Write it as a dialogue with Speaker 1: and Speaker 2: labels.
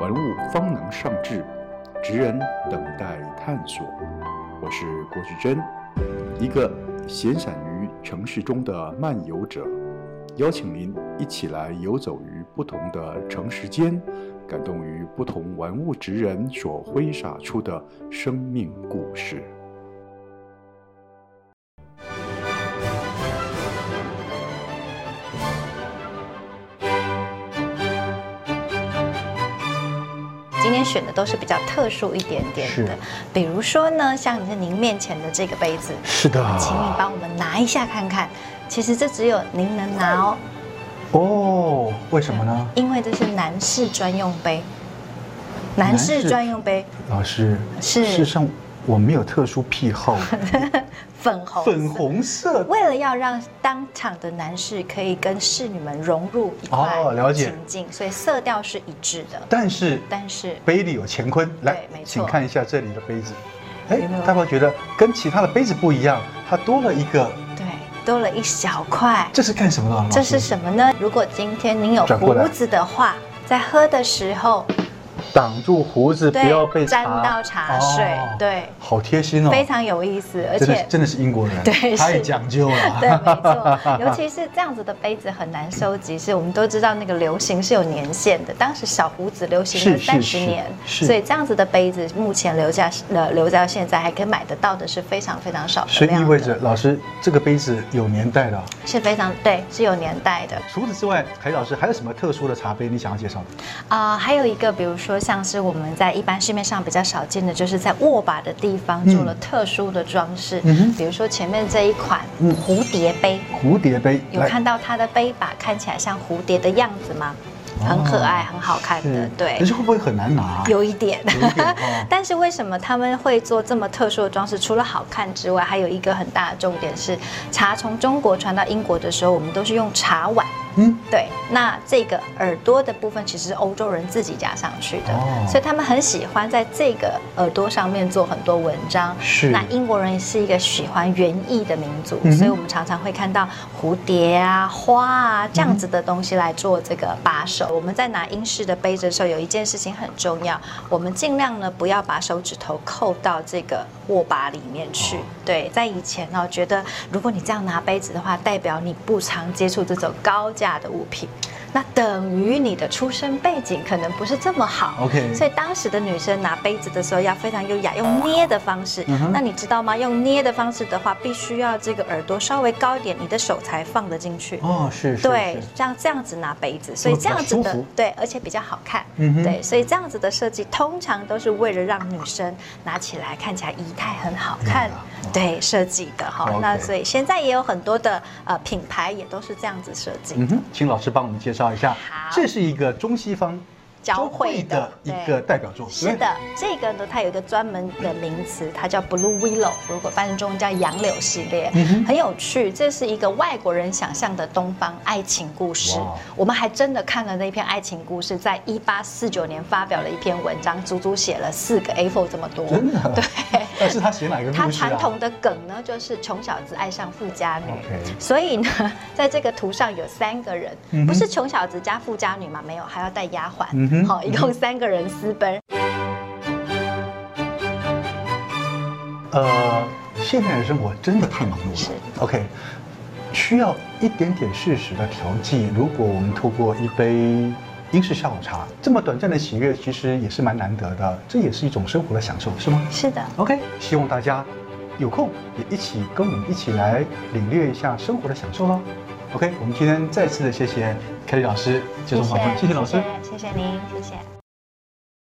Speaker 1: 玩物方能上志，职人等待探索。我是郭旭珍，一个闲散于城市中的漫游者，邀请您一起来游走于不同的城市间，感动于不同玩物职人所挥洒出的生命故事。
Speaker 2: 今天选的都是比较特殊一点点
Speaker 3: 是
Speaker 2: 的，比如说呢，像您您面前的这个杯子，
Speaker 3: 是的，
Speaker 2: 请你帮我们拿一下看看。其实这只有您能拿哦，
Speaker 3: 哦，为什么呢？
Speaker 2: 因为这是男士专用杯。男
Speaker 3: 男
Speaker 2: 士
Speaker 3: 士
Speaker 2: 专用杯
Speaker 3: 老师，
Speaker 2: 是
Speaker 3: 事实上我没有特殊癖好，
Speaker 2: 粉红色
Speaker 3: 粉红色。
Speaker 2: 为了要让当场的男士可以跟侍女们融入一块
Speaker 3: 哦了解
Speaker 2: 情境，所以色调是一致的。
Speaker 3: 但是
Speaker 2: 但是
Speaker 3: 杯里有乾坤，来
Speaker 2: 对没，错
Speaker 3: 请看一下这里的杯子。哎
Speaker 2: 有没有，
Speaker 3: 大伙觉得跟其他的杯子不一样，它多了一个，
Speaker 2: 对，多了一小块，
Speaker 3: 这是干什么的？老师
Speaker 2: 这是什么呢？如果今天您有
Speaker 3: 转过来
Speaker 2: 胡子的话，在喝的时候，
Speaker 3: 挡住胡子，不
Speaker 2: 对
Speaker 3: 要被
Speaker 2: 沾到茶水
Speaker 3: 哦
Speaker 2: 对
Speaker 3: 好贴心哦，
Speaker 2: 非常有意思，而
Speaker 3: 真的是
Speaker 2: 且
Speaker 3: 真的是英国人，
Speaker 2: 对
Speaker 3: 太
Speaker 2: 是
Speaker 3: 讲究了， 啊
Speaker 2: 对，没错，尤其是这样子的杯子很难收集，是我们都知道那个流行是有年限的，当时小胡子流行了
Speaker 3: 是
Speaker 2: 三
Speaker 3: 是
Speaker 2: 十
Speaker 3: 是
Speaker 2: 年，
Speaker 3: 是
Speaker 2: 所以这样子的杯子目前留下呃留在现在还可以买得到的是非常非常少的
Speaker 3: 所以
Speaker 2: 量
Speaker 3: 意
Speaker 2: 的，
Speaker 3: 味着老师这个杯子有年代了。
Speaker 2: 是非常对，是有年代的。
Speaker 3: 除此之外，裴老师还有什么特殊的茶杯你想要介绍的？
Speaker 2: 啊、还有一个，比如说像是我们在一般市面上比较少见的，就是在握把的地方
Speaker 3: 嗯
Speaker 2: 做了特殊的装饰，
Speaker 3: 嗯哼
Speaker 2: 比如说前面这一款
Speaker 3: 嗯
Speaker 2: 蝴蝶杯，
Speaker 3: 蝴蝶杯，
Speaker 2: 有
Speaker 3: 来
Speaker 2: 看到它的杯把看起来像蝴蝶的样子吗？很可爱，
Speaker 3: 哦
Speaker 2: 很好看的
Speaker 3: 是，
Speaker 2: 对
Speaker 3: 可，是会不会很难拿？啊
Speaker 2: 有一点。
Speaker 3: 有一点 哦
Speaker 2: 但是为什么他们会做这么特殊的装饰？除了好看之外，还有一个很大的重点是，茶从中国传到英国的时候，我们都是用茶碗。
Speaker 3: 嗯，
Speaker 2: 对，那这个耳朵的部分其实是欧洲人自己加上去的，
Speaker 3: 哦
Speaker 2: 所以他们很喜欢在这个耳朵上面做很多文章。
Speaker 3: 是
Speaker 2: 那英国人是一个喜欢园艺的民族，
Speaker 3: 嗯哼
Speaker 2: 所以我们常常会看到蝴蝶啊、花啊这
Speaker 3: 嗯
Speaker 2: 样子的东西来做这个把手。我们在拿英式的杯子的时候，有一件事情很重要，我们尽量呢不要把手指头扣到这个握把里面去。
Speaker 3: 哦
Speaker 2: 对，在以前呢、觉得如果你这样拿杯子的话，代表你不常接触这种高价的物品，那等于你的出身背景可能不是这么好。
Speaker 3: OK
Speaker 2: 所以当时的女生拿杯子的时候要非常优雅，用捏的方式。
Speaker 3: 嗯哼
Speaker 2: 那你知道吗？用捏的方式的话，必须要这个耳朵稍微高一点，你的手才放得进去。
Speaker 3: 哦，是，是
Speaker 2: 对
Speaker 3: 是，
Speaker 2: 像这样子拿杯子，所以这
Speaker 3: 这么
Speaker 2: 样
Speaker 3: 比较
Speaker 2: 子的
Speaker 3: 舒服
Speaker 2: 对，而且比较好看。
Speaker 3: 嗯哼
Speaker 2: 对，所以这样子的设计通常都是为了让女生拿起来看起来仪态很好看
Speaker 3: 哎呀哇，
Speaker 2: 对设计的哈。
Speaker 3: OK
Speaker 2: 那所以现在也有很多的呃品牌也都是这样子设计。
Speaker 3: 嗯哼，请老师帮我们介绍一下
Speaker 2: 好，
Speaker 3: 这是一个中西方
Speaker 2: 交汇的
Speaker 3: 一
Speaker 2: 对
Speaker 3: 个代表作，对
Speaker 2: 是，的，这个呢，它有一个专门的名词，它叫 Blue Willow，如果翻译中文叫杨柳系列，
Speaker 3: 嗯哼
Speaker 2: 很有趣。这是一个外国人想象的东方爱情故事
Speaker 3: 哇。哦
Speaker 2: 我们还真的看了那篇爱情故事，在一八四九年发表了一篇文章，足足写了四个 A4 这么多。
Speaker 3: 真的，
Speaker 2: 对。
Speaker 3: 但是他写哪个故事
Speaker 2: 它
Speaker 3: 啊？
Speaker 2: 传统的梗呢，就是穷小子爱上富家女
Speaker 3: OK
Speaker 2: 所以呢，在这个图上有三个人，
Speaker 3: 嗯哼
Speaker 2: 不是穷小子加富家女嘛？没有，还要带丫鬟，好、
Speaker 3: 嗯哼
Speaker 2: 一共三个人私奔。
Speaker 3: 呃，现代的生活真的太忙碌了。
Speaker 2: 是
Speaker 3: OK，需要一点点适时的调剂。如果我们透过一杯英式下午茶，这么短暂的喜悦，其实也是蛮难得的。这也是一种生活的享受，是吗
Speaker 2: 是的。
Speaker 3: ？OK，希望大家有空也一起跟我们一起来领略一下生活的享受喽。OK，我们今天再次的谢谢凯丽老师接受访问，谢谢老师。
Speaker 2: 谢谢您，谢谢。